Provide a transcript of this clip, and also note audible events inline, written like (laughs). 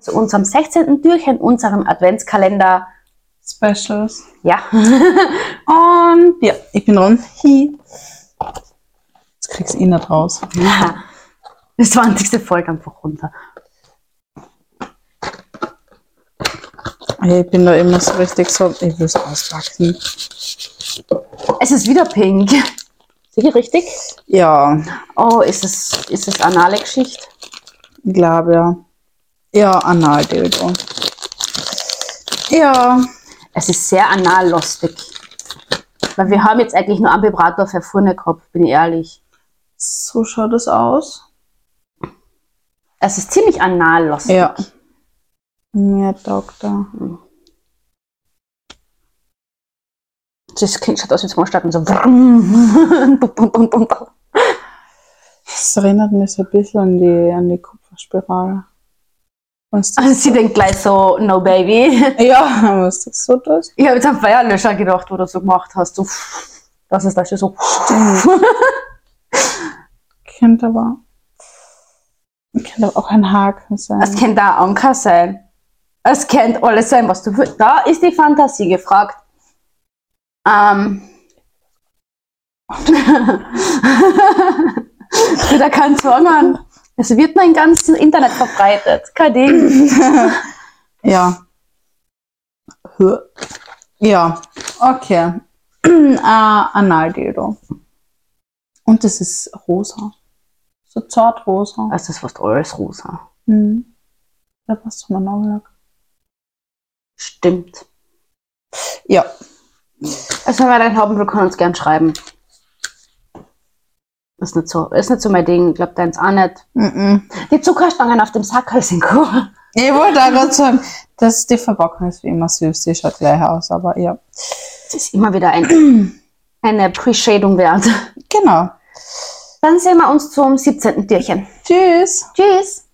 zu unserem 16. Türchen, unserem Adventskalender. Specials. Ja, (laughs) Und ja, ich bin dran. Hi. Jetzt kriegst du ihn nicht raus. die 20. Folge einfach runter. Ich bin da immer so richtig so, ich will es auspacken. Es ist wieder pink. Sicher richtig? Ja, Oh, ist es, ist es anale Geschichte? ich glaube ja. Ja, Analdildo. Ja, Es ist sehr anallustig. Weil wir haben jetzt eigentlich nur einen Vibrator für vorne gehabt, bin ich ehrlich. so schaut es aus. Es ist ziemlich anallustig. Ja. Ja, Doktor. Das Kind schaut aus wie zum Anstatten so. Bum, bum, bum, bum, (laughs) bum. Das erinnert mich so ein bisschen an die, an die Kupferspirale. Was das, Und Also sie denkt gleich so, no baby. ja, was das so tust. Ich habe jetzt an Feuerlöscher gedacht, wo du so gemacht hast. So, das ist da schon so. (laughs) Könnte aber. Könnte aber auch ein Haken Es sein. kann da Anker sein. Es kann alles sein, was du willst. Da ist die Fantasie gefragt. Ähm. (laughs) da kann sagen, es wird nur im ganzen Internet verbreitet. Kein Ding. Ja. Hö. Ja, okay. (clears throat) äh, Analdildo. Und das ist rosa. So zart rosa. Es ist fast alles rosa. Mhm. Da passt zum Nagellack. Stimmt. Ja. Also wenn wir den haben, wir können uns gern schreiben. Ist nicht so, ist nicht so mein Ding. Ich glaube, deins auch nicht. Mhm. Die Zuckerstangen auf dem Sackerl sind cool. Ich wollte auch gerade sagen, dass die Verpackung ist wie immer süß, die schaut gleich aus, aber ja. Das ist immer wieder ein, eine Appreciating wert. Genau. Dann sehen wir uns zum 17. Türchen. Tschüss. Tschüss!